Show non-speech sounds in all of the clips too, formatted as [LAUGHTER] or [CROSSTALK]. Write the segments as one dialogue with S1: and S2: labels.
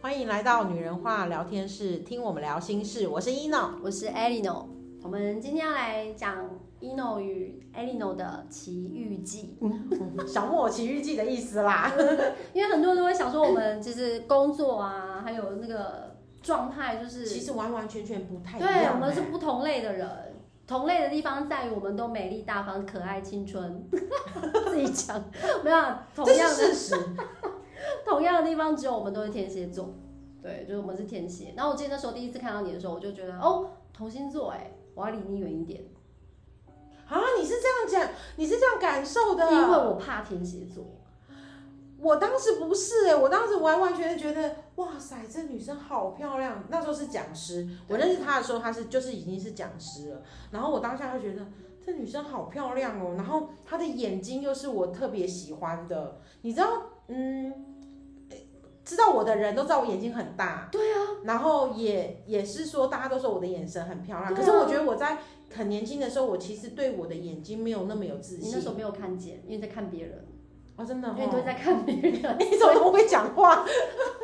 S1: 欢迎来到女人话聊天室，听我们聊心事。我是
S2: [LAUGHS]
S1: ino，
S2: 我是 Elino，我们今天要来讲 Ino 与 Elino 的奇遇记，
S1: 小木偶奇遇记的意思啦。
S2: 因为很多人都会想说，我们其实工作啊，还有那个状态，就是
S1: 其实完完全全不太一样、
S2: 对
S1: 欸。
S2: 我们是不同类的人。同类的地方在于我们都美丽、大方、可爱、青
S1: [LAUGHS]
S2: 春。自己讲没有啊，同
S1: 这
S2: 样的
S1: 是事实。
S2: 同样的地方，只有我们都是天蝎座，对，就是我们是天蝎。然后我记得那时候第一次看到你的时候，我就觉得哦，同星座哎，我要离你远一点，
S1: 啊，你是这样讲，你是这样感受的。
S2: 因为我怕天蝎座。
S1: 我当时不是哎、我当时完完全全觉得，哇塞，这女生好漂亮。那时候是讲师，我认识她的时候，她是就是已经是讲师了。然后我当下就觉得这女生好漂亮哦，然后她的眼睛又是我特别喜欢的。你知道，嗯，呃知道我的人都知道我眼睛很大，
S2: 对啊，
S1: 然后也也是说大家都说我的眼神很漂亮。
S2: 对啊
S1: 可是我觉得我在很年轻的时候，我其实对我的眼睛没有那么有自
S2: 你那
S1: 信。
S2: 时候没有看见，因为在看别人，
S1: 哦，真的、哦，
S2: 因为你都在看别人，
S1: [LAUGHS] 你怎么那么会讲话？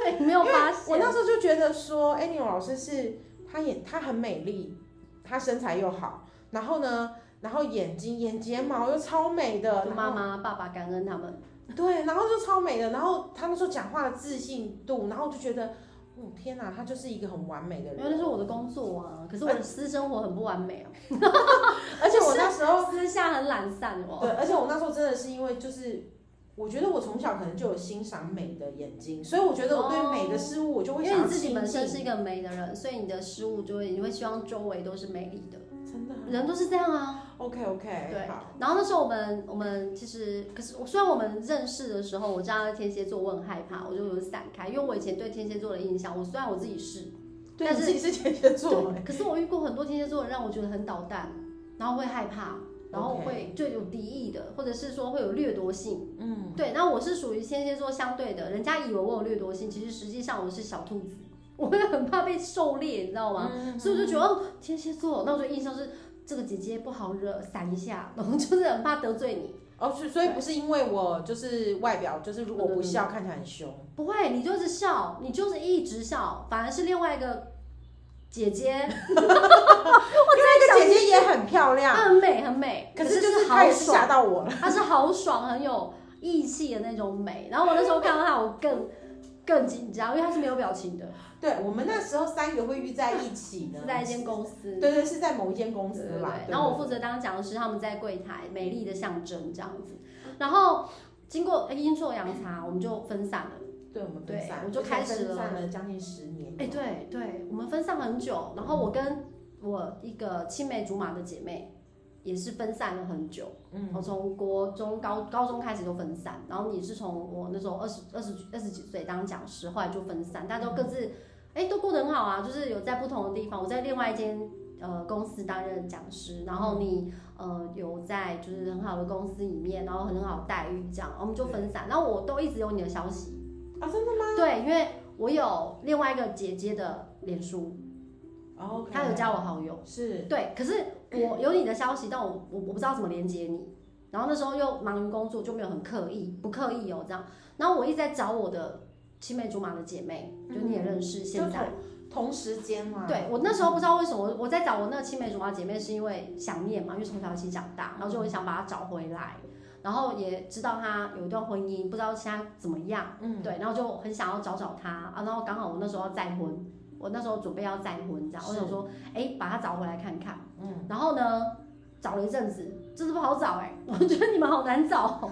S2: 对， [LAUGHS] 没有发
S1: 我
S2: 现。
S1: 那时候就觉得说 a n n 老师是她眼她很美丽，她身材又好，然后呢，然后眼睛眼睫毛又超美的，
S2: 就
S1: 然
S2: 妈
S1: 后
S2: 妈、爸爸感恩他们，
S1: 对，然后就超美的，然后她那时候讲话的自信度，然后我就觉得，哦天哪，她就是一个很完美的
S2: 因为那
S1: 人，
S2: 是我的工作啊。可是我的私生活很不完美啊，
S1: 哎而且我那时候
S2: 私下很懒散哦。
S1: 对，而且我那时候真的是因为就是。我觉得我从小可能就有欣赏美的眼睛，所以我觉得我对美的事物我就会
S2: 哦因为
S1: 想
S2: 你
S1: 要
S2: 自己
S1: 亲
S2: 本身
S1: 近。
S2: 是一个美的人，所以你的失误就会，你会希望周围都是美丽的，
S1: 真的
S2: 人都是这样啊。
S1: ，OK OK，
S2: 对
S1: 好，
S2: 然后那时候我们我们其实可是我虽然我们认识的时候，我知道天蝎座，我很害怕，我就有散开，因为我以前对天蝎座的印象，我虽然我自己是，
S1: 对，
S2: 但
S1: 你
S2: 是
S1: 自己是天蝎座，
S2: 对，可是我遇过很多天蝎座的让我觉得很捣蛋，然后会害怕，然后
S1: OK
S2: 会就有敌意的，或者是说会有掠夺性。
S1: 嗯，
S2: 对，那我是属于天蝎座相对的，人家以为我有掠夺性，其实实际上我是小兔子， [LAUGHS] 我会很怕被狩猎，你知道吗？
S1: 嗯
S2: 所以我就觉得哦，天蝎座，那我就印象是这个姐姐不好惹，闪一下，然后就是很怕得罪你。
S1: 哦，所所以不是因为我就是外表，就是如果不笑看起来很凶，
S2: 不会，你就是笑，你就是一直笑，反而是另外一个姐姐，
S1: 因
S2: 想
S1: 为那个姐姐也很漂亮，
S2: 她很美很美，
S1: 啊可
S2: 是
S1: 是就是她
S2: 豪
S1: 也是吓
S2: 爽，
S1: 到我了。
S2: 她嗯是豪爽很有义气的那种美。然后我那时候看到她，我更更紧张，因为她是没有表情的，
S1: 对我们那时候三个会遇在一起呢
S2: 是，在一间公司。
S1: 对对是在某一间公司
S2: 对对
S1: 啦。
S2: 对，然后我负责当讲师，他们在柜台，美丽的象征这样子。然后经过哎阴错阳差，我们就分散了。
S1: 对我们分
S2: 对
S1: 散，
S2: 我就开始
S1: 分
S2: 了
S1: 散了将近十年。
S2: 哎、对对，我们分散很久，然后我跟我一个青梅竹马的姐妹也是分散了很久。
S1: 嗯，
S2: 我从国中、高高中开始就分散，然后你是从我那时候二十二十二十几岁当讲师，后来就分散，大家都各自哎、都过得很好啊，就是有在不同的地方，我在另外一间。呃，公司担任讲师，然后你呃有在就是很好的公司里面，然后很好的待遇这样，我们就分散。然后我都一直有你的消息，
S1: 啊，真的吗
S2: 对，因为我有另外一个姐姐的脸书，
S1: 哦？OK，
S2: 她有加我好友。
S1: 是
S2: 对，可是我有你的消息，但我我我不知道怎么连接你。然后那时候又忙于工作，就没有很刻意，不刻意哦这样。然后我一直在找我的青梅竹马的姐妹，就你也认识，现在。
S1: 同时间嘛。
S2: 对我那时候不知道为什么，我我在找我那个青梅竹马姐妹，是因为想念嘛，因为从小一起长大，然后就很想把她找回来，然后也知道她有一段婚姻，不知道现在怎么样，
S1: 嗯
S2: 对，然后就很想要找找她啊，然后刚好我那时候要再婚，我那时候准备要再婚，这样，我
S1: 是
S2: 想说，哎、把她找回来看看，
S1: 嗯，
S2: 然后呢，找了一阵子，真的不好找哎、 [LAUGHS] 我觉得你们好难找、哦，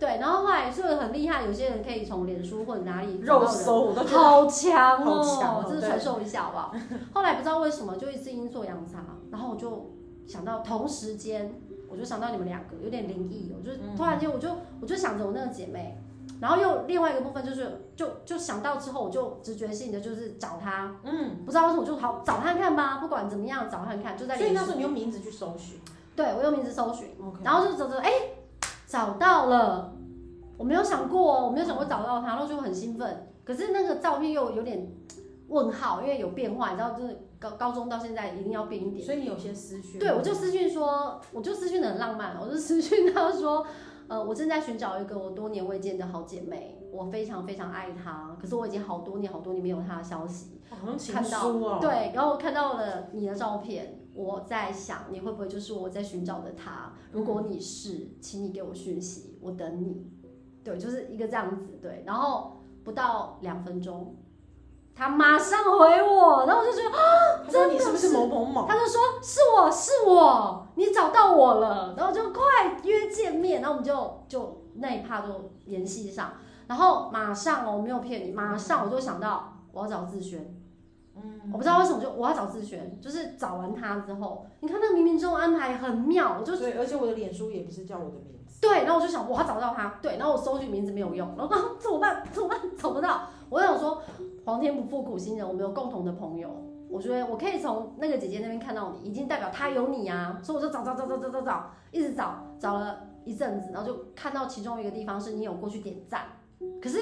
S2: 对，然后后来就很厉害，有些人可以从脸书或者哪里找
S1: 肉
S2: 到人
S1: 搜我都觉得
S2: 好强哦！
S1: 好强哦
S2: 这是传授一下好不
S1: [LAUGHS]
S2: 好？后来不知道为什么就一直阴错阳差，然后我就想到同时间，我就想到你们两个有点灵异哦，我就
S1: 嗯
S2: 突然间我就我就想着我那个姐妹，然后又另外一个部分就是就就想到之后我就直觉性的就是找她，
S1: 嗯，
S2: 不知道为什么我就好找看看吧，不管怎么样找看看，就在
S1: 所以
S2: 脸
S1: 那
S2: 书
S1: 时候你用名字去搜寻
S2: 对我用名字搜寻，
S1: ，OK，
S2: 然后就走走，哎、找到了！我没有想过哦，我没有想过找到他，然后就很兴奋。可是那个照片又有点问号，因为有变化，你知道，就是高高中到现在一定要变一点。
S1: 所以你有些私讯，哦
S2: 对，我就私讯说，我就私讯 [LAUGHS] 的很浪漫，我就私讯他说，呃，我正在寻找一个我多年未见的好姐妹，我非常非常爱他，可是我已经好多年好多年没有他的消息。
S1: 哦好像情
S2: 看到
S1: 书哦，，
S2: 对，然后我看到了你的照片，我在想你会不会就是我在寻找的他？如果你是，请你给我讯息，我等你。对，就是一个这样子。对，然后不到两分钟，他马上回我，然后我就觉得
S1: 他说你是不是某某某？
S2: 他就说是我是我，你找到我了，然后就快约见面，然后我们就就那一趴就联系上，然后马上哦，我没有骗你，马上我就想到我要找志轩。我不知道为什么就我要找志轩，就是找完他之后，你看那个冥冥中的安排很妙，我就
S1: 对，而且我的脸书也不是叫我的名字，
S2: 对，然后我就想我要找到他，对，然后我搜取名字没有用，然后怎么办？怎么办？ [LAUGHS] 找不到。我想说，皇天不负苦心人，我们有共同的朋友，我觉得我可以从那个姐姐那边看到你，已经代表她有你啊，所以我就找找找找找找找，一直找，找了一阵子，然后就看到其中一个地方是你有过去点赞，可是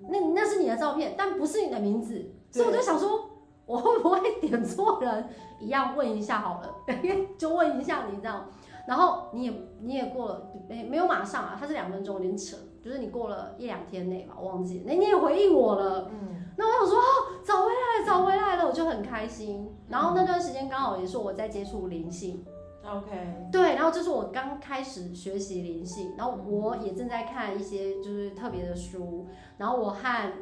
S2: 那那是你的照片，但不是你的名字，所以我就想说。我会不会点错人？一样问一下好了， [LAUGHS] 因为就问一下你这样。然后你也你也过了，没没有马上啊，它是两分钟，有点扯，就是你过了一两天内吧，我忘记了，那你也回应我了，
S1: 嗯，
S2: 那我想说哦，找回来了，找回来了，我就很开心。然后那段时间刚好也是我在接触灵性，
S1: ，OK，
S2: 对，然后这是我刚开始学习灵性，然后我也正在看一些就是特别的书，然后我和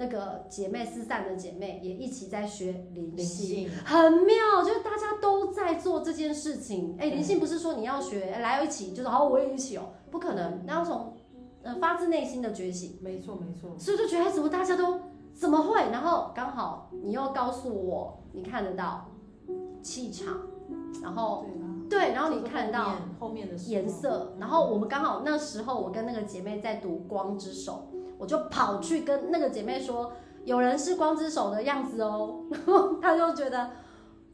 S2: 那个姐妹失散的姐妹也一起在学灵
S1: 灵
S2: 性。
S1: 性，
S2: 很妙，就是大家都在做这件事情。哎、灵性不是说你要学哎来一起，就是好我也一起哦，不可能，那要从呃发自内心的觉醒。
S1: 没错没错，
S2: 所以就觉得哎怎么大家都怎么会？然后刚好你又告诉我你看得到气场，然后
S1: 对啦
S2: 对，哦然后你看
S1: 这
S2: 到
S1: 是后面后面的嗯事
S2: 颜色，然后我们刚好那时候我跟那个姐妹在读《光之手》，我就跑去跟那个姐妹说，有人是光之手的样子哦， [LAUGHS] 然后她就觉得，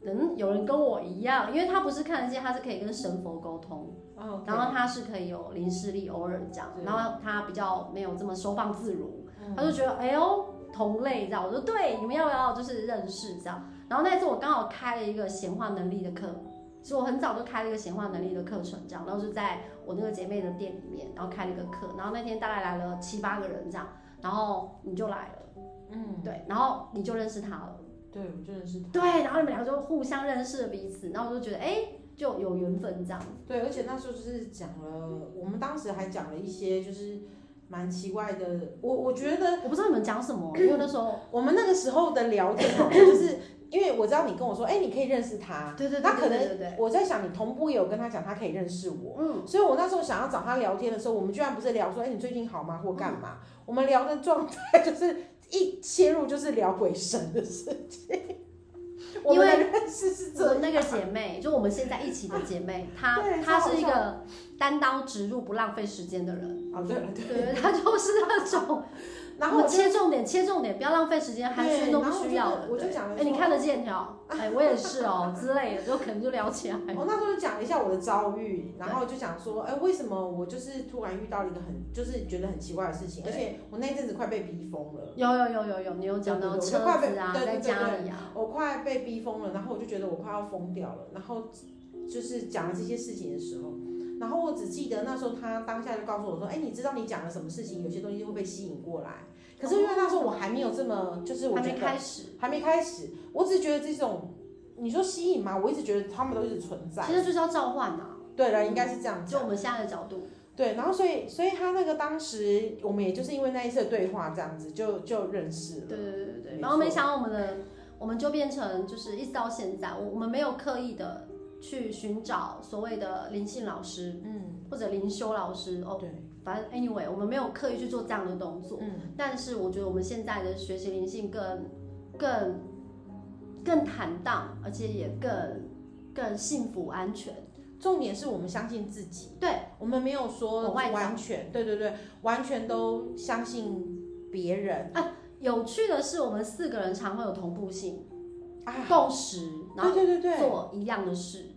S2: 嗯，有人跟我一样，因为她不是看得见，她是可以跟神佛沟通，
S1: 哦，
S2: 然后她是可以有灵视力，偶尔这样，
S1: 对
S2: 然后她比较没有这么收放自如，
S1: 嗯
S2: 他就觉得哎呦同类这样，我说对，你们要不要就是认识这样？然后那一次我刚好开了一个显化能力的课，其实我很早就开了一个显化能力的课程这样，然后就在我那个姐妹的店里面，然后开了一个课，然后那天大概来了七八个人这样，然后你就来了，
S1: 嗯，
S2: 对，然后你就认识他了，
S1: 对，我真的是
S2: 对，然后你们两个就互相认识了彼此，然后我就觉得哎、就有缘分这样子，
S1: 对，而且那时候就是讲了，我们当时还讲了一些就是蛮奇怪的，我我觉得
S2: 我不知道你们讲什么，因为那时候
S1: 我们那个时候的聊天哦，就是因为我知道你跟我说，哎、你可以认识他，
S2: 对对对，
S1: 那可能
S2: 对对对，
S1: 我在想你同步也有跟他讲，他可以认识我。
S2: 嗯，
S1: 所以我那时候想要找他聊天的时候，我们居然不是聊说，哎、你最近好
S2: 嗯
S1: 吗，或干嘛？我们聊的状态就是一切入就是聊鬼神的事情。我们的认识是
S2: 我
S1: 这
S2: 们那个姐妹，就我们现在一起的姐妹，她
S1: 对
S2: 她
S1: 超好
S2: 是一个单刀直入、不浪费时间的人。
S1: 哦，对了对。
S2: 嗯对，她就是那种，
S1: [LAUGHS] 然
S2: 我
S1: 后我
S2: 们
S1: 就
S2: 切重点，切重点，不要浪费时间，寒暄都不需要
S1: 对然后
S2: 了。
S1: 我就我就
S2: 对
S1: 讲了
S2: 哎，你
S1: 说
S2: 看得
S1: [LAUGHS]
S2: 见条，哎，我也是哦之类的，就可能就聊起来。
S1: 哎我那时候就讲了一下我的遭遇，然后就讲说，哎、为什么我就是突然遇到了一个很就是觉得很奇怪的事情，而
S2: 对
S1: 且我那一阵子快被逼疯了。
S2: 有有有有有，你有讲到
S1: 对对
S2: 车
S1: 对我快被
S2: 子啊，
S1: 对对
S2: 在
S1: 对
S2: 家里啊，
S1: 我快被逼疯了，然后我就觉得我快要疯掉了，然后就是讲了这些事情的时候，然后我只记得那时候他当下就告诉我说，哎、你知道你讲了什么事情，有些东西会被吸引过来。可是因为那时候我还没有这么，就是我
S2: 还
S1: 觉
S2: 没
S1: 得
S2: 开始。
S1: 还没开始，我只是觉得这种你说吸引嘛，我一直觉得他们都一直存在
S2: 其。实就是要召唤呐，
S1: 对了，应该是这样
S2: 就
S1: 讲。
S2: 我们现在的角度，
S1: 对，然后所以所以他那个当时我们也就是因为那一次的对话这样子就就认识了。
S2: 对对对对对。
S1: 没
S2: 然后没
S1: 错
S2: 想到我们的，我们就变成就是一直到现在，我我们没有刻意的去寻找所谓的灵性老师
S1: 嗯，
S2: 或者灵修老师哦，
S1: 对，
S2: 反正 anyway，我们没有刻意去做这样的动作。
S1: 嗯，
S2: 但是我觉得我们现在的学习灵性更更更坦荡，而且也更更幸福安全。
S1: 重点是我们相信自己。
S2: 对，
S1: 我们没有说
S2: 往外找
S1: 完全，对对对，完全都相信别人
S2: 有趣的是，我们四个人常会有同步性、
S1: 啊，
S2: 共识，然
S1: 对
S2: 后
S1: 对对对，
S2: 做一样的事，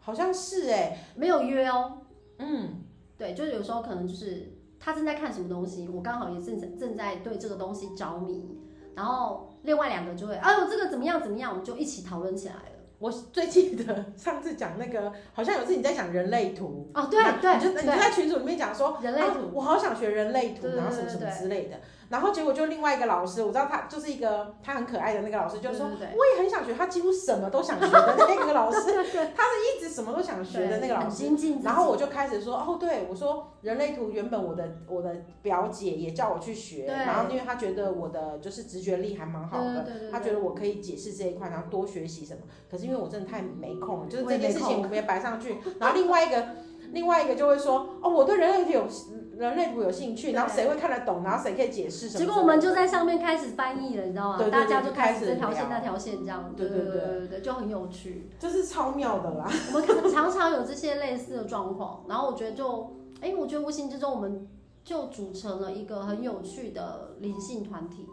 S1: 好像是哎、
S2: 没有约哦。
S1: 嗯，
S2: 对，就是有时候可能就是他正在看什么东西，我刚好也正在正在对这个东西着迷，然后另外两个就会，哎呦这个怎么样怎么样，我们就一起讨论起来了。
S1: 我最记得上次讲那个，好像有次你在讲人类图，
S2: 哦，对
S1: 然后
S2: 对
S1: 你就你就
S2: 对，
S1: 在群组里面讲说
S2: 人类
S1: 啊
S2: 图，
S1: 我好想学人类图，
S2: 对对对
S1: 然后什么什么
S2: 对对
S1: 之类的，然后结果就另外一个老师，我知道他就是一个他很可爱的那个老师，就说
S2: 对对对
S1: 我也很想学，他几乎什么都想学的那个老师，他是一直什么都想学的那个老
S2: 很
S1: 师。
S2: 精进自己。
S1: 然后我就开始说，哦，对，我说人类图原本我的我的表姐也叫我去学，
S2: 对
S1: 然后因为她觉得我的就是直觉力还蛮好的，
S2: 对对对对
S1: 她觉得我可以解释这一块，然后多学习什么。可是因为我真的太没空了，就是
S2: 我也
S1: 这
S2: 没
S1: 件事情
S2: 空
S1: 我们也摆上去。然后另外一个， [LAUGHS] 另外一个就会说，哦，我对人类图有人类图有兴趣，
S2: 对
S1: 然后谁会看得懂，然后谁可以解释什么。
S2: 结果我们就在上面开始翻译了，你知道吗？
S1: 对对对
S2: 大家
S1: 就
S2: 就开
S1: 开始
S2: 始这条线
S1: 聊
S2: 那条线这样，
S1: 对对
S2: 对
S1: 对
S2: 对对，就很有趣。
S1: 就是超妙的啦，
S2: 我们可能常常有这些类似的状况，然后我觉得就，哎，我觉得无形之中我们就组成了一个很有趣的灵性团体，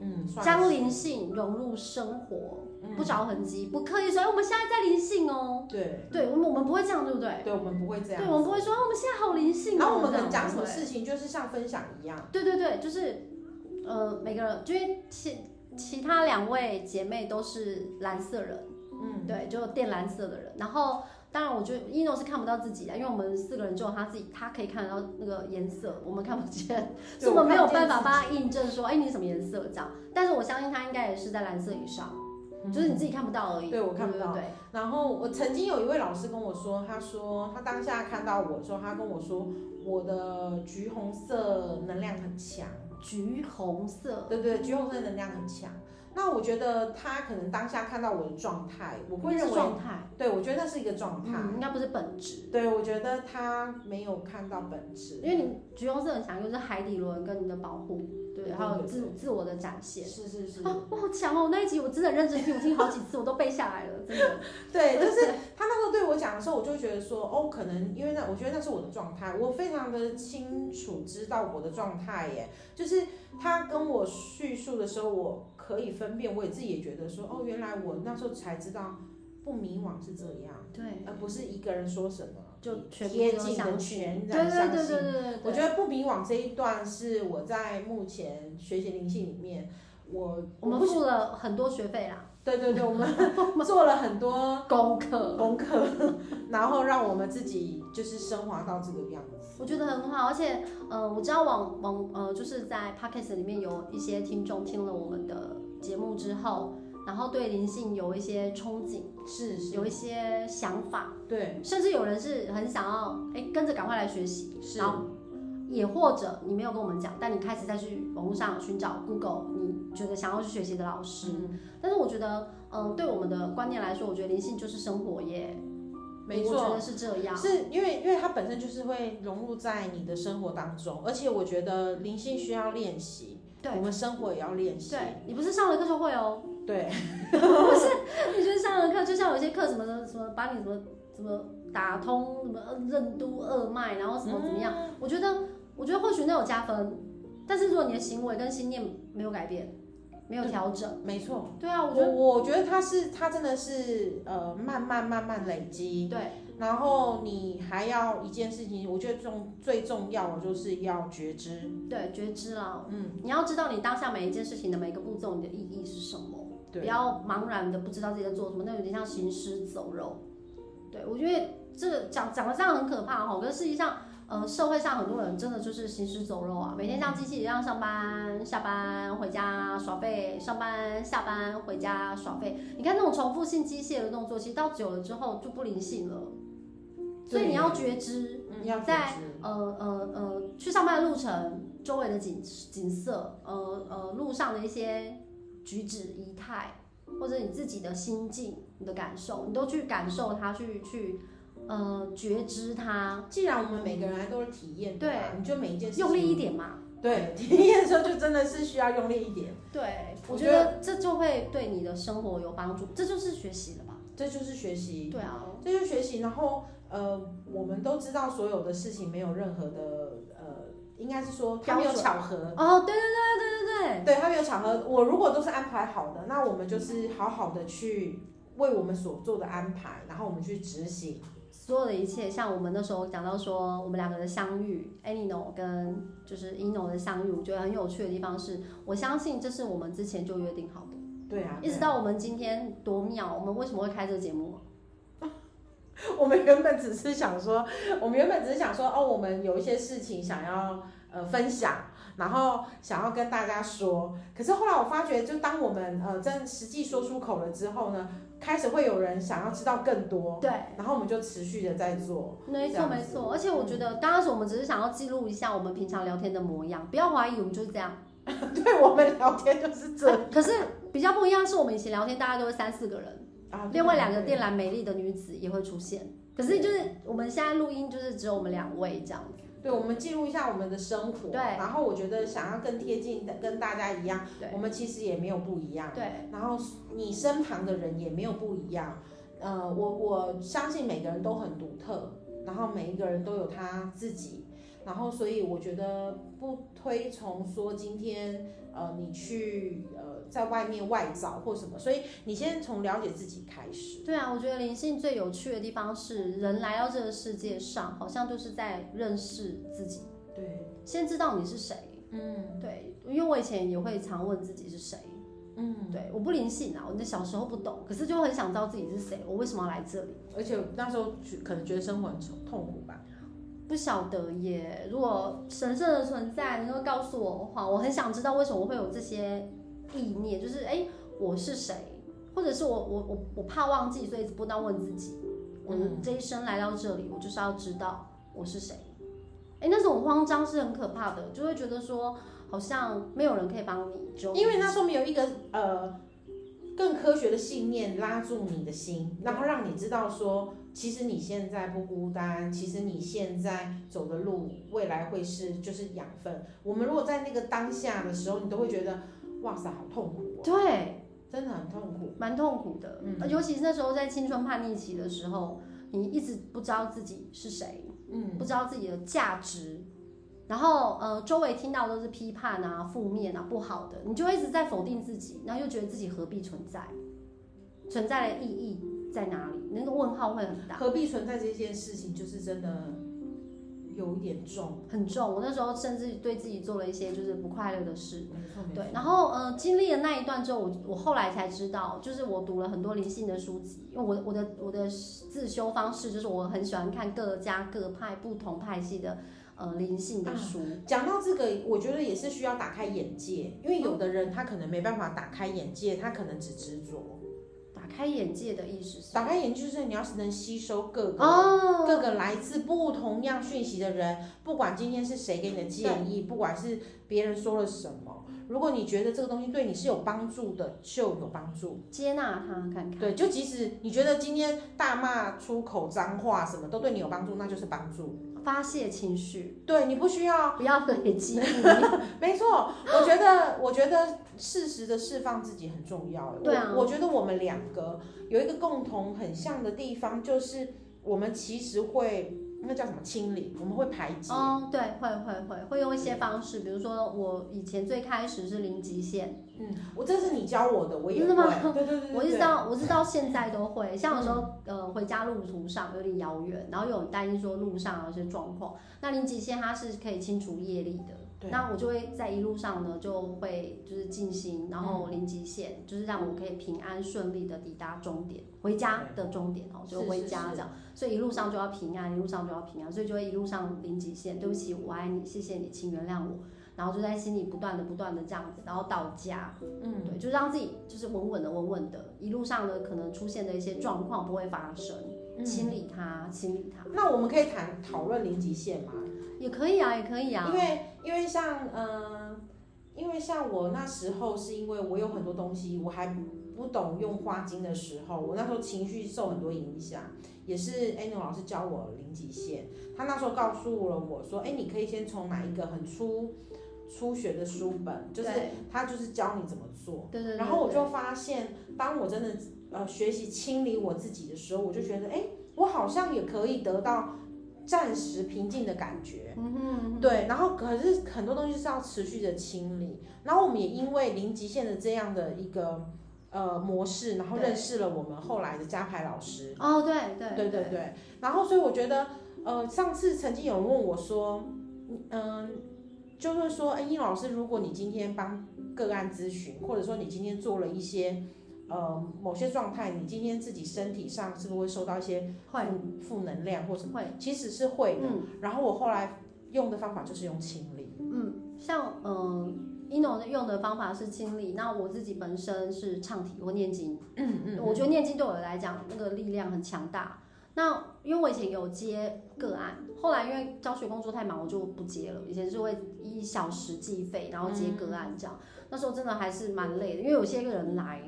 S1: 嗯，算
S2: 将
S1: 是
S2: 灵性融入生活，
S1: 嗯
S2: 不着痕迹，不刻意说，哎，我们现在在灵性哦，
S1: 对
S2: 对我们我们不会这样，对不对？
S1: 对，我们不会这样
S2: 对，。我们不会说，哦我们现在好灵性哦，
S1: 然后我们
S2: 这
S1: 可
S2: 样
S1: 能讲什么
S2: 不会
S1: 事情，就是像分享一样。
S2: 对对对，就是呃，每个人，因为其其他两位姐妹都是蓝色人，
S1: 嗯，
S2: 对，就靛蓝色的人。然后当然，我觉得一诺是看不到自己的，因为我们四个人只有他自己，他可以看得到那个颜色，我们看不见，
S1: 对
S2: 所以我们没有办法
S1: 我看不见自己
S2: 帮他印证说，哎，你什么颜色这样。但是我相信他应该也是在蓝色以上，就是你自己看不到而
S1: 嗯
S2: 已。
S1: 对我看不到
S2: 对对
S1: 然后我曾经有一位老师跟我说，他说他当下看到我的时候，他跟我说我的橘红色能量很强，
S2: 对橘红色，
S1: 对对，橘红色能量很强。那我觉得他可能当下看到我的状态，我会
S2: 应
S1: 认
S2: 该是
S1: 为，
S2: 状态，
S1: 对我觉得那是一个状态。
S2: 嗯，应该不是本质。
S1: 对，我觉得他没有看到本质，
S2: 因为你橘红色很强，就是海底轮跟你的保护，对，
S1: 对
S2: 还有
S1: 对
S2: 自自我的展现。
S1: 是是是，
S2: 啊，我好强哦！那一集我真的认真听，我听好几次，我都背下来了，真的。
S1: 对，就是他那时候对我讲的时候，我就觉得说，哦，可能因为那我觉得那是我的状态，我非常的清楚知道我的状态耶。就是他跟我叙述的时候，我可以分辨，我也自己也觉得说，哦，原来我那时候才知道不迷惘是这样，
S2: [LAUGHS] 对，
S1: 而不是一个人说什么
S2: 就全部
S1: 贴
S2: 都
S1: 近的
S2: 相信。
S1: 全
S2: 对
S1: 然
S2: 对
S1: 相
S2: 对
S1: 信
S2: 对。对对，
S1: 我觉得不迷惘这一段是我在目前学习灵性里面，我
S2: 我们
S1: 不
S2: [LAUGHS]
S1: 喜
S2: 付了很多学费啦，
S1: 对对对，我
S2: [LAUGHS]
S1: 们做了很多。
S2: 功课，
S1: [LAUGHS] 功课， [LAUGHS] 然后让我们自己就是升华到这个样子。
S2: 我觉得很好。而且，呃，我知道网网呃，就是在 podcast 里面有一些听众听了我们的节目之后，然后对灵性有一些憧憬，
S1: 是
S2: 有一些想法，
S1: 对，
S2: 甚至有人是很想要，哎，跟着赶快来学习，
S1: 是
S2: 然后也或者你没有跟我们讲，但你开始再去网络上寻找 Google 你觉得想要去学习的老师。
S1: 嗯，
S2: 但是我觉得，嗯，对我们的观念来说，我觉得灵性就是生活耶，
S1: 没
S2: 我觉
S1: 错
S2: 得，是这样。
S1: 是因为因为它本身就是会融入在你的生活当中，而且我觉得灵性需要练习，
S2: 对
S1: 我们生活也要练习，
S2: 对，你不是上了课就会哦， [LAUGHS]
S1: 对，
S2: 你就是上了课，就像有些课什么的，什么把你什么什么打通什么任督二脉，然后什么怎么样，
S1: 嗯
S2: 我觉得，我觉得或许那有加分，但是如果你的行为跟心念没有改变，没有调整。
S1: 没错。
S2: 对啊，我觉
S1: 我
S2: 得
S1: 我觉得它是它真的是呃慢慢慢慢累积，
S2: 对，
S1: 然后你还要一件事情，我觉得重最重要的就是要觉知，
S2: 对，觉知啦。
S1: 嗯，
S2: 你要知道你当下每一件事情的每一个步骤，你的意义是什么，不
S1: 对，
S2: 要茫然的不知道自己在做什么，那有点像行尸走肉。对，我觉得这个讲讲的这样很可怕哦，可是实际上，呃，社会上很多人真的就是行尸走肉啊，每天像机器一样上班、下班、回家耍废，上班、下班、回家耍废。你看那种重复性机械的动作，其实到久了之后就不灵性了，所以
S1: 对
S2: 你要觉知。
S1: 嗯要觉
S2: 在
S1: 知，
S2: 呃呃呃，去上班的路程，周围的景景色，呃呃，路上的一些举止仪态，或者你自己的心境、你的感受，你都去感受它，去去呃觉知它，
S1: 既然我们每个人还都是体验的嘛，你就每一件事情
S2: 用力一点嘛。
S1: 对， [LAUGHS] 体验的时候就真的是需要用力一点，
S2: 对，
S1: 我
S2: 我
S1: 觉
S2: 觉得这就会对你的生活有帮助，这就是学习了吧？
S1: 这就是学习，
S2: 对啊，
S1: 这就是学习。然后呃，我们都知道所有的事情没有任何的呃，应该是说它没有
S2: 标准
S1: 巧合，
S2: 哦，对对对对对对，
S1: 对，它没有巧合。我如果都是安排好的，那我们就是好好的去为我们所做的安排，然后我们去执行。
S2: 所有的一切，像我们那时候讲到说，我们两个的相遇，Anino 跟就是 Ino 的相遇，我觉得很有趣的地方是，我相信这是我们之前就约定好的，
S1: 对啊，
S2: 一直
S1: 对啊
S2: 到我们今天多妙，我们为什么会开这个节目？
S1: [LAUGHS] 我们原本只是想说，我们原本只是想说，哦，我们有一些事情想要呃分享，然后想要跟大家说。可是后来我发觉，就当我们呃真实际说出口了之后呢，开始会有人想要知道更多，
S2: 对，
S1: 然后我们就持续的在做。
S2: 没
S1: 这
S2: 错
S1: 样子
S2: 没错，而且我觉得刚开始我们只是想要记录一下我们平常聊天的模样，不要怀疑我们就是这样。
S1: 对我们聊天就是这
S2: [LAUGHS] 可是比较不一样是我们以前聊天大概都是三四个人，
S1: 啊，
S2: 另外两个
S1: 对
S2: 电缆美丽的女子也会出现。可是就是我们现在录音就是只有我们两位这样子，
S1: 对，我们记录一下我们的生活，
S2: 对
S1: 然后我觉得想要更贴近的跟大家一样，
S2: 对
S1: 我们其实也没有不一样，
S2: 对
S1: 然后你身旁的人也没有不一样，呃，我我相信每个人都很独特，然后每一个人都有他自己，然后所以我觉得不推崇说今天呃你去呃在外面外找或什么，所以你先从了解自己开始，
S2: 对啊，我觉得灵性最有趣的地方是人来到这个世界上，好像就是在认识自己，
S1: 对，
S2: 先知道你是谁。
S1: 嗯
S2: 对，因为我以前也会常问自己是谁。
S1: 嗯，
S2: 对，我不灵性啊，我那小时候不懂，可是就很想知道自己是谁，我为什么要来这里？
S1: 而且那时候觉可能觉得生活很痛苦吧。
S2: 不晓得耶。如果神圣的存在能够告诉我的话，我很想知道为什么会有这些意念，就是哎，我是谁，或者是我我我我怕忘记，所以一直不断问自己，我的
S1: 嗯
S2: 这一生来到这里，我就是要知道我是谁。哎，那种慌张是很可怕的，就会觉得说好像没有人可以帮你，只有你
S1: 因为那时候没有一个呃更科学的信念拉住你的心，然后让你知道说，其实你现在不孤单，其实你现在走的路未来会是就是养分。我们如果在那个当下的时候，你都会觉得哇塞，好痛苦哦，
S2: 对。
S1: 真的很痛苦。
S2: 蛮痛苦的，呃
S1: 嗯
S2: 尤其是那时候在青春叛逆期的时候，你一直不知道自己是谁，
S1: 嗯，
S2: 不知道自己的价值，然后呃，周围听到都是批判啊、负面啊、不好的，你就一直在否定自己，然后又觉得自己何必存在，存在的意义在哪里？那个问号会很大，
S1: 何必存在这件事情，就是真的有一点重。
S2: 很重。我那时候甚至对自己做了一些就是不快乐的事，
S1: 没错，没错
S2: 对，然后呃，经历了那一段之后，我我后来才知道，就是我读了很多灵性的书籍，因为我的我的我的自修方式就是我很喜欢看各家各派不同派系的呃灵性
S1: 啊
S2: 的书，
S1: 讲到这个，我觉得也是需要打开眼界，因为有的人他可能没办法打开眼界，他可能只执着。
S2: 打开眼界的意思是
S1: 打开眼睛就是你要是能吸收各个、
S2: 哦，
S1: 各个来自不同样讯息的人，不管今天是谁给你的建议，不管是别人说了什么，如果你觉得这个东西对你是有帮助的，就有帮助。
S2: 接纳它看看，
S1: 对，就即使你觉得今天大骂出口脏话什么都对你有帮助，那就是帮助。
S2: 发泄情绪，
S1: 对你不需要，
S2: 不要累积力。
S1: 没错，我觉得我觉得适时的释放自己很重要。欸
S2: 对啊
S1: 我我觉得我们两个有一个共同很像的地方，就是我们其实会那叫什么清理，我们会排解。
S2: 哦，对，会会会会用一些方式，比如说我以前最开始是零极限。
S1: 嗯，我这是你教我的，我也会。
S2: 真的吗
S1: 对对对对对
S2: 我一直到我一直到现在都会，像有时候呃回家路途上有点遥远，然后有担心说路上有一些状况，那零极限它是可以清除业力的
S1: 对，
S2: 那我就会在一路上呢就会就是静心，然后
S1: 嗯
S2: 零极限就是让我可以平安顺利的抵达终点，回家的终点哦，
S1: 是
S2: 就回家
S1: 是
S2: 这样，所以一路上就要平安，一路上就要平安，所以就会一路上零极限，对不起，我爱你，谢谢你，请原谅我。然后就在心里不断的、不断的这样子，然后到家，
S1: 嗯，
S2: 对，就让自己就是稳稳的、稳稳的，一路上呢可能出现的一些状况不会发生，清理它，清理它
S1: 嗯那我们可以谈讨论零极限吗？
S2: 也可以啊，也可以啊
S1: 因，为因为像嗯、呃因为像我那时候是因为我有很多东西我还不懂用花精的时候，我那时候情绪受很多影响，也是 a n n 老师教我零极限，他那时候告诉了我说，哎、你可以先从哪一个很粗初学的书本，就是
S2: 对
S1: 他就是教你怎么做。
S2: 对对对，
S1: 然后我
S2: 对
S1: 就发现，当我真的呃学习清理我自己的时候，我就觉得，哎，我好像也可以得到暂时平静的感觉。
S2: 嗯哼嗯哼，
S1: 对，然后可是很多东西是要持续的清理，然后我们也因为零极限的这样的一个呃模式，然后
S2: 对
S1: 认识了我们后来的加牌老师，
S2: 哦对对
S1: 对对对，然后所以我觉得呃上次曾经有人问我说，嗯、就是说，哎，殷老师，如果你今天帮个案咨询，或者说你今天做了一些呃某些状态，你今天自己身体上是不是会受到一些
S2: 会
S1: 负负能量或什么？
S2: 会，
S1: 其实是会的。
S2: 嗯
S1: 然后我后来用的方法就是用清理，
S2: 嗯，像嗯，ino 用的方法是清理。那我自己本身是唱体，我念经，嗯嗯，我觉得念经对我来讲那个力量很强大。那因为我以前有接个案，后来因为教学工作太忙，我就不接了。以前是会以小时计费，然后接个案这样。那时候真的还是蛮累的，因为有些个人来，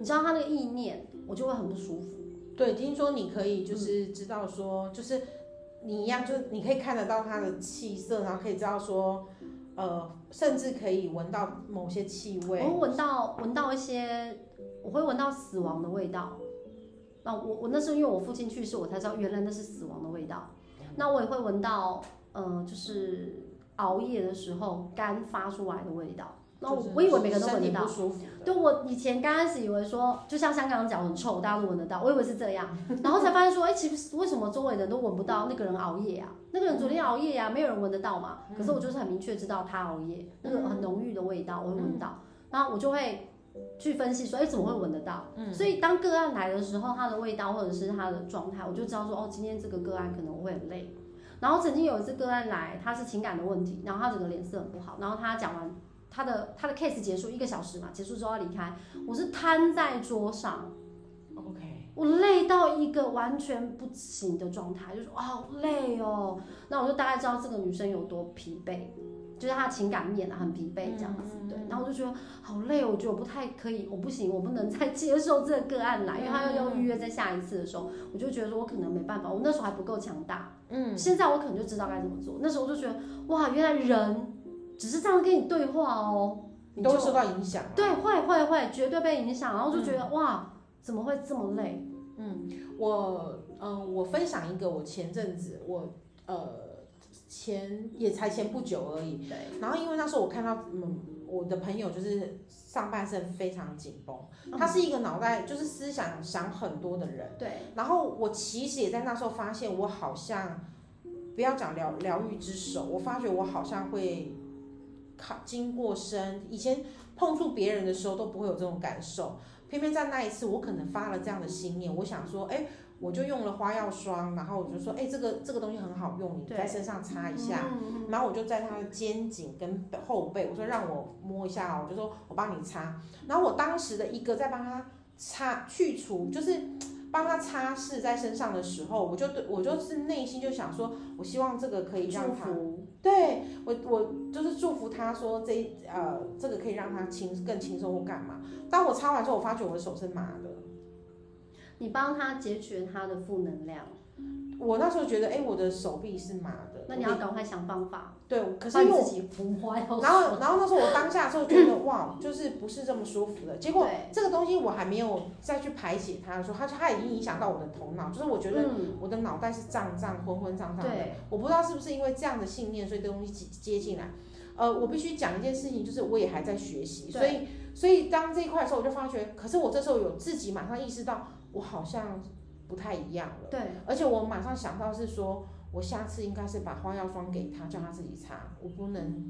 S2: 你知道他那个意念，我就会很不舒服。
S1: 对，听说你可以就是知道说，就是你一样，就是你可以看得到他的气色，然后可以知道说，呃，甚至可以闻到某些气
S2: 我
S1: 味。
S2: 会闻到闻到一些，我会闻到死亡的味道。那我我那时候因为我父亲去世，我才知道原来那是死亡的味道。那我也会闻到，嗯、就是熬夜的时候肝发出来的味道。那我、
S1: 就是
S2: 我以为每个人都
S1: 身
S2: 闻
S1: 体
S2: 得到
S1: 不，舒服的。
S2: 对我以前刚开始以为说，就像香港脚很臭，大家都闻得到，我以为是这样，然后才发现说，哎、其实为什么周围人都闻不到那个人熬夜啊？那个人昨天熬夜啊，没有人闻得到嘛。可是我就是很明确知道他熬夜，那个很浓郁的味道我会闻到，然后我就会去分析说，哎、怎么会闻得到？所以当个案来的时候，它的味道或者是它的状态，我就知道说，哦，今天这个个案可能会很累。然后曾经有一次个案来，他是情感的问题，然后他整个脸色很不好，然后他讲完他的他的 case 结束一个小时嘛，结束之后要离开，我是瘫在桌上，
S1: OK，
S2: 我累到一个完全不行的状态，就是哇啊好累哦。那我就大概知道这个女生有多疲惫，就是她情感面啊很疲惫这样子，对。然后我就觉得好累哦，我觉得我不太可以，我不行，我不能再接受这个个案来，因为她要要预约在下一次的时候，我就觉得说我可能没办法，我那时候还不够强大，嗯。现在我可能就知道该怎么做，那时候我就觉得哇，原来人只是这样跟你对话哦，
S1: 你
S2: 就
S1: 都会受到影响。
S2: 对，会会会，绝对被影响，然后就觉得、哇，怎么会这么累？
S1: 呃我嗯、呃我分享一个，我前阵子我呃前也才前不久而已，
S2: 对，
S1: 然后因为那时候我看到嗯我的朋友就是上半身非常紧绷，他是一个脑袋就是思想想很多的人，
S2: 对，
S1: 然后我其实也在那时候发现我好像不要讲疗疗愈之手，我发觉我好像会。靠经过身，以前碰触别人的时候都不会有这种感受，偏偏在那一次，我可能发了这样的心念，我想说，哎、我就用了花药霜，然后我就说，哎、这个这个东西很好用，你
S2: 对
S1: 在身上擦一下，
S2: 嗯，
S1: 然后我就在他的肩颈跟后背，我说让我摸一下哦，我就说我帮你擦。然后我当时的一个在帮他擦去除，就是帮他擦拭在身上的时候，我就对我就是内心就想说，我希望这个可以让
S2: 祝
S1: 他
S2: 福，
S1: 对我，我就是祝福他说这一呃，这个可以让他轻更轻松或干嘛。当我擦完之后，我发觉我的手是麻的。
S2: 你帮他截取他的负能量，
S1: 我那时候觉得，哎、我的手臂是麻的。
S2: 那你要赶快想办法，
S1: 对，可是
S2: 帮
S1: 因为
S2: 自
S1: 我
S2: 己扶花药
S1: 然后
S2: 水，
S1: 然后那时候我当下的时候觉得，哇，就是不是这么舒服的。结果
S2: 对
S1: 这个东西我还没有再去排解它的时候，它它已经影响到我的头脑，就是我觉得
S2: 嗯，
S1: 我的脑袋是胀胀、昏昏胀胀的。
S2: 对，
S1: 我不知道是不是因为这样的信念，所以这东西接接进来。呃，我必须讲一件事情，就是我也还在学习，
S2: 对
S1: 所以所以当这一块的时候，我就发觉，可是我这时候有自己马上意识到，我好像不太一样了，
S2: 对，
S1: 而且我马上想到是说，我下次应该是把花药霜给他，叫他自己擦，我不能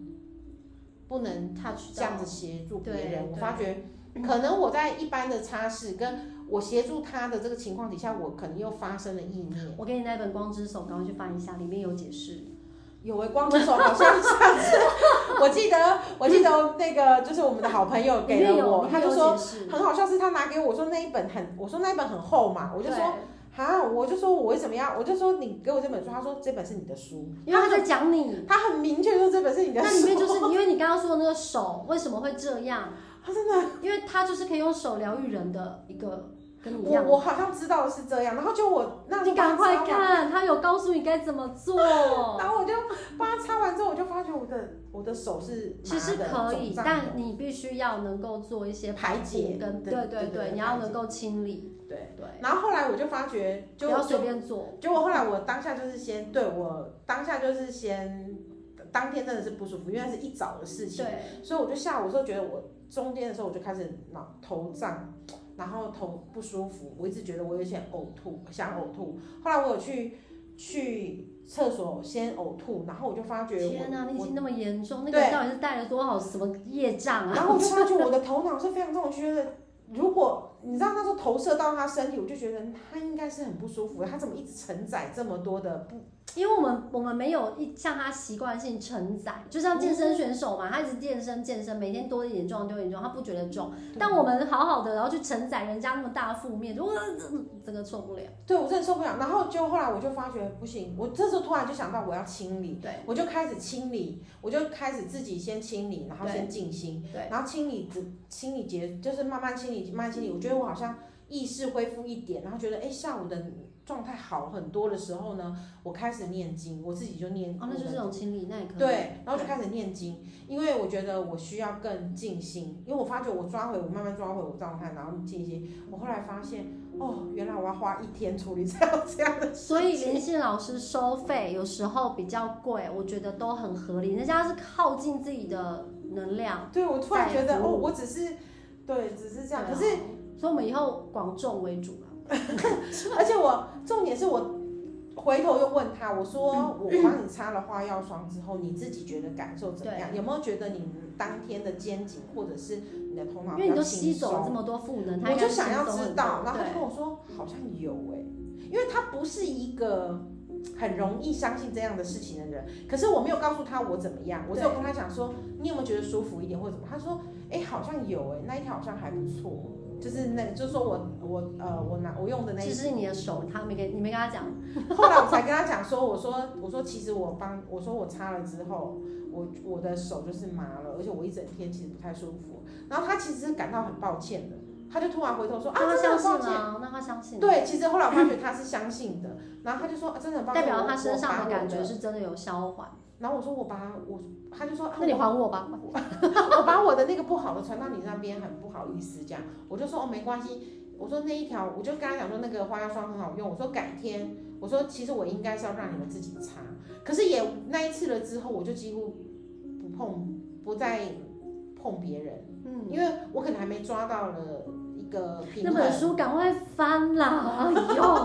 S1: 不能
S2: 他去
S1: 这样子协助别
S2: 对
S1: 人。我
S2: 对
S1: 发觉，可能我在一般的擦拭跟我协助他的这个情况底下，我可能又发生了意念。
S2: 我给你那本《光之手》，赶快去翻一下，里面有解释。
S1: 有为光之手好像上次，我记得我记得那个就是我们的好朋友
S2: 里
S1: 给
S2: 面
S1: 了
S2: 有，
S1: 我，
S2: 里
S1: 他
S2: 面有
S1: 就说
S2: 解释。
S1: 很好笑，是他拿给我说那一本很，我说那一本很厚嘛，我就说
S2: 对，
S1: 哈，我就说我为什么要，我就说你给我这本书，他说这本是你的书，
S2: 因为他在讲你，
S1: 他很明确说这本是你的书，
S2: 那里面就是因为你刚刚说的那个手为什么会这样，
S1: [LAUGHS] 他真的，
S2: 因为他就是可以用手疗愈人的一个跟你一
S1: 我
S2: 样的
S1: 我好像知道是这样，然后就我那
S2: 你赶快
S1: 看。
S2: 看，他有告诉你该怎么做。
S1: 然后我就帮他擦完之后，我就发觉我的我的手是麻
S2: 其实
S1: 的
S2: 可以，
S1: 肿胀的
S2: 但你必须要能够做一些
S1: 排
S2: 保护
S1: 解
S2: 跟
S1: 对
S2: 对
S1: 对
S2: 对
S1: 对
S2: 对，你
S1: 排
S2: 要
S1: 解
S2: 能够清理，
S1: 对，
S2: 对，
S1: 然后后来我就发觉
S2: 不
S1: 就
S2: 要
S1: 就
S2: 随便做。
S1: 结果后来我当下就是先对我当下就是先当天真的是不舒服，因为是一早的事情，
S2: 对，
S1: 所以我就下午的时候觉得我中间的时候我就开始脑头胀，然后头不舒服，我一直觉得我有一些呕吐，想呕吐。后来我有去去厕所先呕吐，然后我就发觉
S2: 天哪、
S1: 我
S2: 你已
S1: 我
S2: 经那么严重，那
S1: 对
S2: 个到底是带了多少什么业障啊？
S1: 然后我就发觉我的头脑是非常重，我觉得如果你知道那时候投射到他身体，我就觉得他应该是很不舒服的，他怎么一直承载这么多的不
S2: [LAUGHS] 因为我们我们没有一像他习惯性承载，就像健身选手嘛，他一直健身健身，每天多一点重多一点重，他不觉得重。
S1: 嗯
S2: 但我们好好的，然后去承载人家那么大的负面，就哇，这个受不了。
S1: 对我真的受不了。然后就后来我就发觉不行，我这时候突然就想到我要清理，
S2: 对
S1: 我就开始清理，我就开始自己先清理，然后先静心，
S2: 对，
S1: 然后清理只清理结就是慢慢清理，慢慢清理。我觉得我好像意识恢复一点，然后觉得哎下午的状态好很多的时候呢，我开始念经，我自己就念。
S2: 哦，那就是这种清理，那也可以。
S1: 对，然后就开始念经，因为我觉得我需要更静心，因为我发觉我抓回，我慢慢抓回我状态，然后静心。我后来发现，哦，原来我要花一天处理 [LAUGHS] 才有这样的事情。
S2: 所以林信老师收费有时候比较贵，我觉得都很合理。人家是靠近自己的能量，
S1: 对我突然觉得，
S2: 在
S1: 哦，
S2: 乎
S1: 我只是，对，只是这样。可
S2: 对啊
S1: 是，
S2: 所以我们以后广众为主嘛。
S1: 而且我重点是我回头又问他，我说
S2: [CLEARS THROAT]
S1: 我帮你擦了化药霜之后，你自己觉得感受怎么样？有没有觉得你当天的肩颈或者是你的头脑
S2: 因
S1: 比较轻松？
S2: 为你都吸走了这么多赋能，嗯他
S1: 我
S2: 应
S1: 就
S2: 该
S1: 想要
S2: 轻松
S1: 知
S2: 很
S1: 道，
S2: 多
S1: 然后他就
S2: 对
S1: 跟我说好像有哎、因为他不是一个很容易相信这样的事情的人。可是我没有告诉他我怎么样，我只有跟他讲说你有没有觉得舒服一点或者怎么。他说哎、好像有哎、那一条好像还不错，就是那就说我我呃我拿我用的那
S2: [LAUGHS]
S1: 一
S2: 其实你的手，他没跟你没跟他讲，
S1: 后来我才跟他讲说，我说我说其实我帮我说我擦了之后，我我的手就是麻了，而且我一整天其实不太舒服。然后他其实是感到很抱歉的，他就突然回头说啊，
S2: 那他
S1: 真的
S2: 相
S1: 很抱
S2: 信
S1: 歉。
S2: 啊，那他相信，，
S1: 对，其实后来我发觉他是相信的，然后他就说、啊、真的很抱歉，
S2: 代表
S1: 我
S2: 他身上的感。
S1: 我把
S2: 觉
S1: 我
S2: 是真的有消缓。
S1: 然后我说我把我，他就说啊，
S2: 那你
S1: 我
S2: 还我吧，
S1: 我把我的那个不好的传到你那边，很不好意思这样。我就说哦，没关系。我说那一条，我就跟他讲说那个花腰霜很好用。我说改天，我说其实我应该是要让你们自己擦，可是也那一次了之后，我就几乎不碰，不再碰别人，
S2: 嗯，
S1: 因为我可能还没抓到了一个平
S2: 那
S1: 衡。
S2: 本书赶快翻啦，哎呦，
S1: 好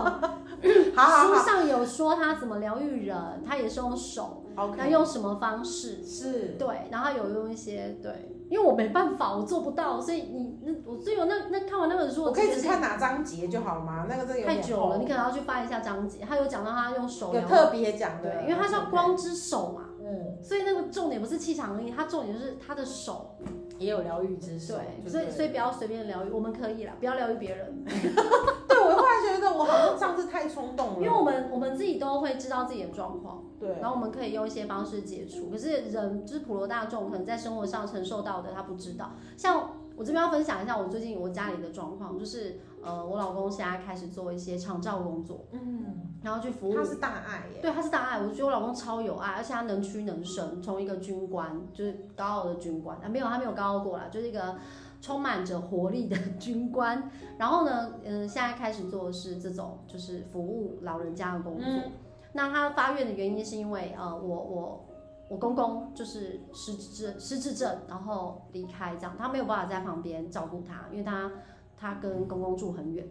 S1: 好好
S2: 书上有说他怎么疗愈人，他也是用手，那
S1: ，OK，
S2: 用什么方式？
S1: 是，
S2: 对，然后有用一些对，因为我没办法，我做不到，所以你那我所以我那那看完那本书，
S1: 我可以只
S2: 直接
S1: 看哪章节就好吗？那个真的有
S2: 嗯太
S1: 点
S2: 久了，
S1: 厚
S2: 你可能要去翻一下章节，他有讲到他用手
S1: 有
S2: 疗
S1: 特别讲的，
S2: 对，因为他是要
S1: OK
S2: 光之手嘛，
S1: 嗯，
S2: 所以那个重点不是气场而已，它重点就是他的手。
S1: 也有疗愈知识，
S2: 对，
S1: 就
S2: 所以
S1: 对
S2: 所以
S1: 了
S2: 不要随便疗愈，我们可以啦，不要疗愈别人，
S1: 对，我后来觉得我好像上次太冲动了，
S2: 因为我们我们自己都会知道自己的状况，
S1: 对
S2: 然后我们可以用一些方式解除。可是人就是普罗大众，可能在生活上承受到的他不知道。像我这边要分享一下我最近我家里的状况，就是呃，我老公现在开始做一些长照工作，
S1: 嗯，
S2: 然后去服务
S1: 他是大爱耶，
S2: 对，他是大爱，我觉得我老公超有爱，而且他能屈能伸，从一个军官就是高傲的军官啊，没有他没有高傲过啦，就是一个充满着活力的军官。然后呢，嗯，现在开始做的是这种就是服务老人家的工作。
S1: 嗯
S2: 那他发愿的原因是因为呃，我我我公公就是失智症失智症，然后离开这样，他没有办法在旁边照顾他，因为他他跟公公住很远。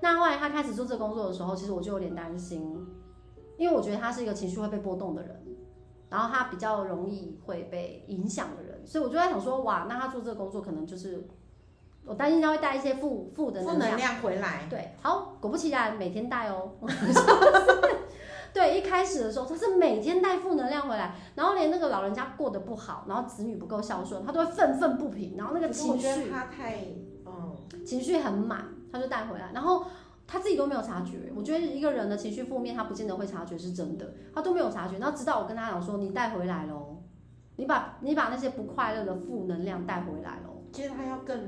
S2: 那后来他开始做这个工作的时候，其实我就有点担心，因为我觉得他是一个情绪会被波动的人，然后他比较容易会被影响的人，所以我就在想说，哇，那他做这个工作可能就是，我担心他会带一些负负的
S1: 负
S2: 能量
S1: 能。量回来，
S2: 对，好，果不其然，每天带哦。 [LAUGHS] 对，一开始的时候他是每天带负能量回来，然后连那个老人家过得不好，然后子女不够孝顺，他都会愤愤不平，然后那个
S1: 可是
S2: 情
S1: 我觉得
S2: 绪
S1: 他太，嗯，
S2: 情绪很满，他就带回来，然后他自己都没有察觉。我觉得一个人的情绪负面，他不见得会察觉是真的，他都没有察觉。然后直到我跟他讲说，你带回来喽，你把你把那些不快乐的负能量带回来喽。
S1: 其实他要更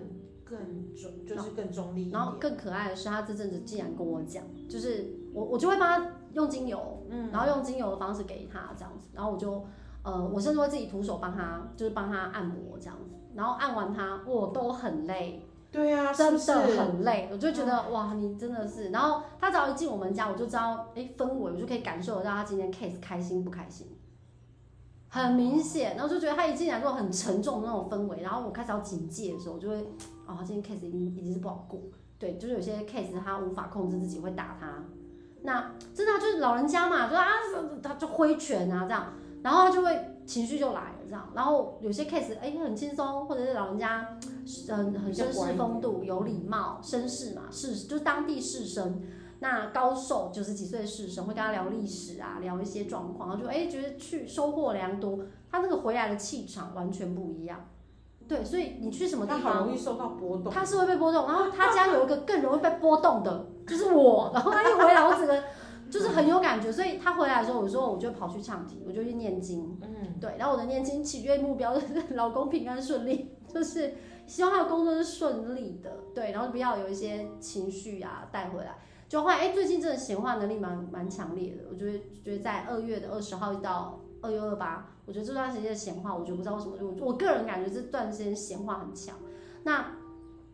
S1: 更中，就是更中立一
S2: 然后
S1: 点，
S2: 更可爱的是，他这阵子竟然跟我讲，就是我我就会帮他用精油，
S1: 嗯
S2: 然后用精油的方式给他这样子，然后我就呃，我甚至会自己徒手帮他，就是帮他按摩这样子，然后按完他我都很累，
S1: 对啊，是
S2: 真
S1: 不
S2: 的
S1: 是？嗯
S2: 很累，我就觉得哇，你真的是，然后他只要一进我们家，我就知道哎氛围，我就可以感受得到他今天 case 开心不开心。很明显，然后就觉得他一进来之后很沉重的那种氛围，然后我开始要警戒的时候，我就会，哦，他今天 case 已经已经是不好过，对，就是有些 case 他无法控制自己会打他，那真的啊、就是老人家嘛，就啊他就挥拳啊这样，然后他就会情绪就来了这样，然后有些 case 哎很轻松，或者是老人家嗯很绅士风度、有礼貌、绅士嘛，士就是当地士绅，那高寿九十几岁的士绅会跟他聊历史啊，聊一些状况，然后就哎、觉得去收获良多，他那个回来的气场完全不一样。对，所以你去什么地
S1: 他好
S2: 方，
S1: 容易受到波动。
S2: 他是会被波动，然后他家有一个更容易被波动的，就是我。然后他一回来，我整个就是很有感觉，所以他回来的时候，有时候我就跑去唱题，我就去念经。
S1: 嗯，
S2: 对，然后我的念经祈愿目标就是老公平安顺利，就是希望他的工作是顺利的，对，然后不要有一些情绪啊带回来。就后来，哎，最近真的显化能力蛮蛮强烈的，我觉得觉得在二月的二十号到二月二八，我觉得这段时间的显化，我觉得不知道为什么，我我个人感觉这段时间显化很强。那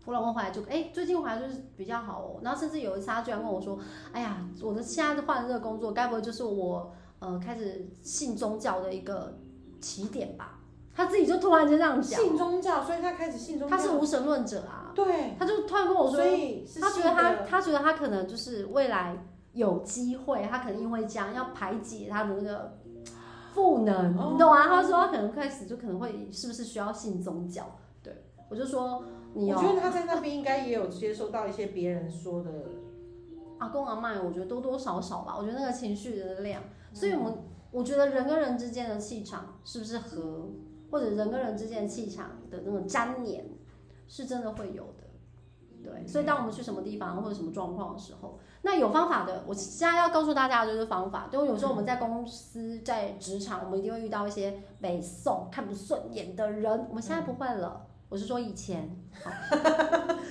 S2: 我老公回来就，哎，最近回来就是比较好哦。然后甚至有一次他居然跟我说，哎呀，我的现在换的这个工作，该不会就是我呃开始信宗教的一个起点吧？他自己就突然间这样讲，
S1: 信宗教，所以他开始信宗教。
S2: 他是无神论者啊，
S1: 对，
S2: 他就突然跟我说
S1: 所，以是
S2: 他觉
S1: 信
S2: 得他
S1: 的
S2: 他觉得他可能就是未来有机会，他可能因为这样要排解他的
S1: [GASPS]
S2: 那个赋能，
S1: 哦
S2: 你懂吗？他说他可能开始就可能会是不是需要信宗教？对我就说你
S1: 我
S2: 哦、
S1: 觉得他在那边应该也有接收到一些别人说的，
S2: 阿公阿嬷，我觉得多多少少吧，我觉得那个情绪的量，
S1: 嗯
S2: 所以我们我觉得人跟人之间的气场是不是和，或者人跟人之间的气场的那种粘连，是真的会有的。对，所以当我们去什么地方或者什么状况的时候，那有方法的，我现在要告诉大家的就是方法。就有时候我们在公司、在职场，我们一定会遇到一些北宋看不顺眼的人，我们现在不会了。
S1: 嗯
S2: 我是说以前，好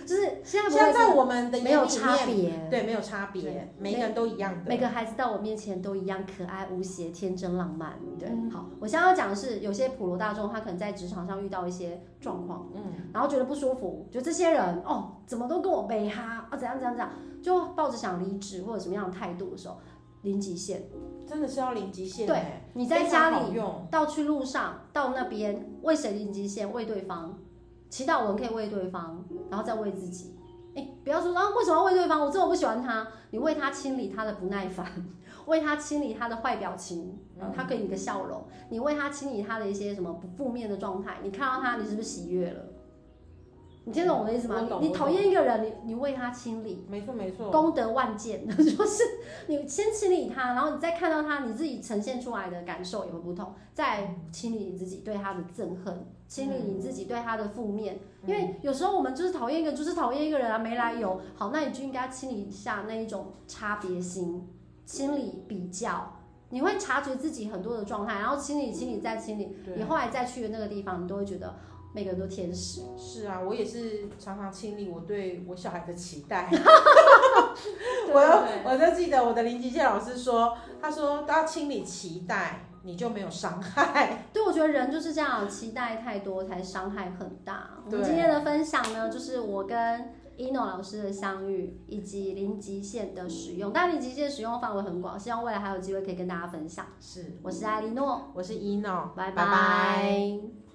S2: 就是现在不会
S1: 现在我们的
S2: 没
S1: 眼
S2: 有
S1: 里面，
S2: 差别，
S1: 对，没有差别
S2: 对，
S1: 每个人都一样的。
S2: 每个孩子到我面前都一样可爱、无邪、天真、浪漫。对，
S1: 嗯
S2: 好，我现在要讲的是，有些普罗大众他可能在职场上遇到一些状况，
S1: 嗯，
S2: 然后觉得不舒服，就这些人哦，怎么都跟我背哈啊，怎样怎样怎样，就抱着想离职或者什么样的态度的时候，零极限。
S1: 真的是要零极限
S2: 对
S1: 欸。
S2: 你在
S1: 非
S2: 家
S1: 常
S2: 里
S1: 好用，
S2: 到去路上，到那边为谁零极限，为对方，祈祷文可以为对方，然后再为自己。哎，不要说啊，为什么要为对方？我这么不喜欢他，你为他清理他的不耐烦， [LAUGHS] 为他清理他的坏表情，
S1: 嗯
S2: 他给你个笑容，你为他清理他的一些什么不负面的状态，你看到他，你是不是喜悦了？你听懂我的意思
S1: 我
S2: 吗？
S1: 懂
S2: 你
S1: 我
S2: 你
S1: 懂
S2: 讨厌一个人，你你为他清理，
S1: 没错没错。
S2: 功德万件， [LAUGHS] 就是你先清理它，然后你再看到它，你自己呈现出来的感受也会不同。再清理你自己对它的憎恨，清理你自己对它的负面，
S1: 嗯
S2: 因为有时候我们就是讨厌一个，就是讨厌一个人啊，没来由。好，那你就应该清理一下那一种差别心，清理比较。你会察觉自己很多的状态，然后清理、清理再清理，
S1: 嗯对
S2: 你后来再去的那个地方，你都会觉得每个人都天使。
S1: 是啊，我也是常常清理我对我小孩的期待。
S2: [LAUGHS] 对
S1: [LAUGHS] 我
S2: 对对
S1: 又我就记得我的零极限老师说，他说都要清理期待，你就没有伤害。 [LAUGHS]
S2: 对，我觉得人就是这样，期待太多才伤害很大。我
S1: 对
S2: 们今天的分享呢，就是我跟 ino 老师的相遇，以及零极限的使用。但零极限使用范围很广，希望未来还有机会可以跟大家分享。
S1: 是，
S2: 我是艾莉诺，
S1: 我是一、n o 拜
S2: 拜
S1: 拜
S2: 拜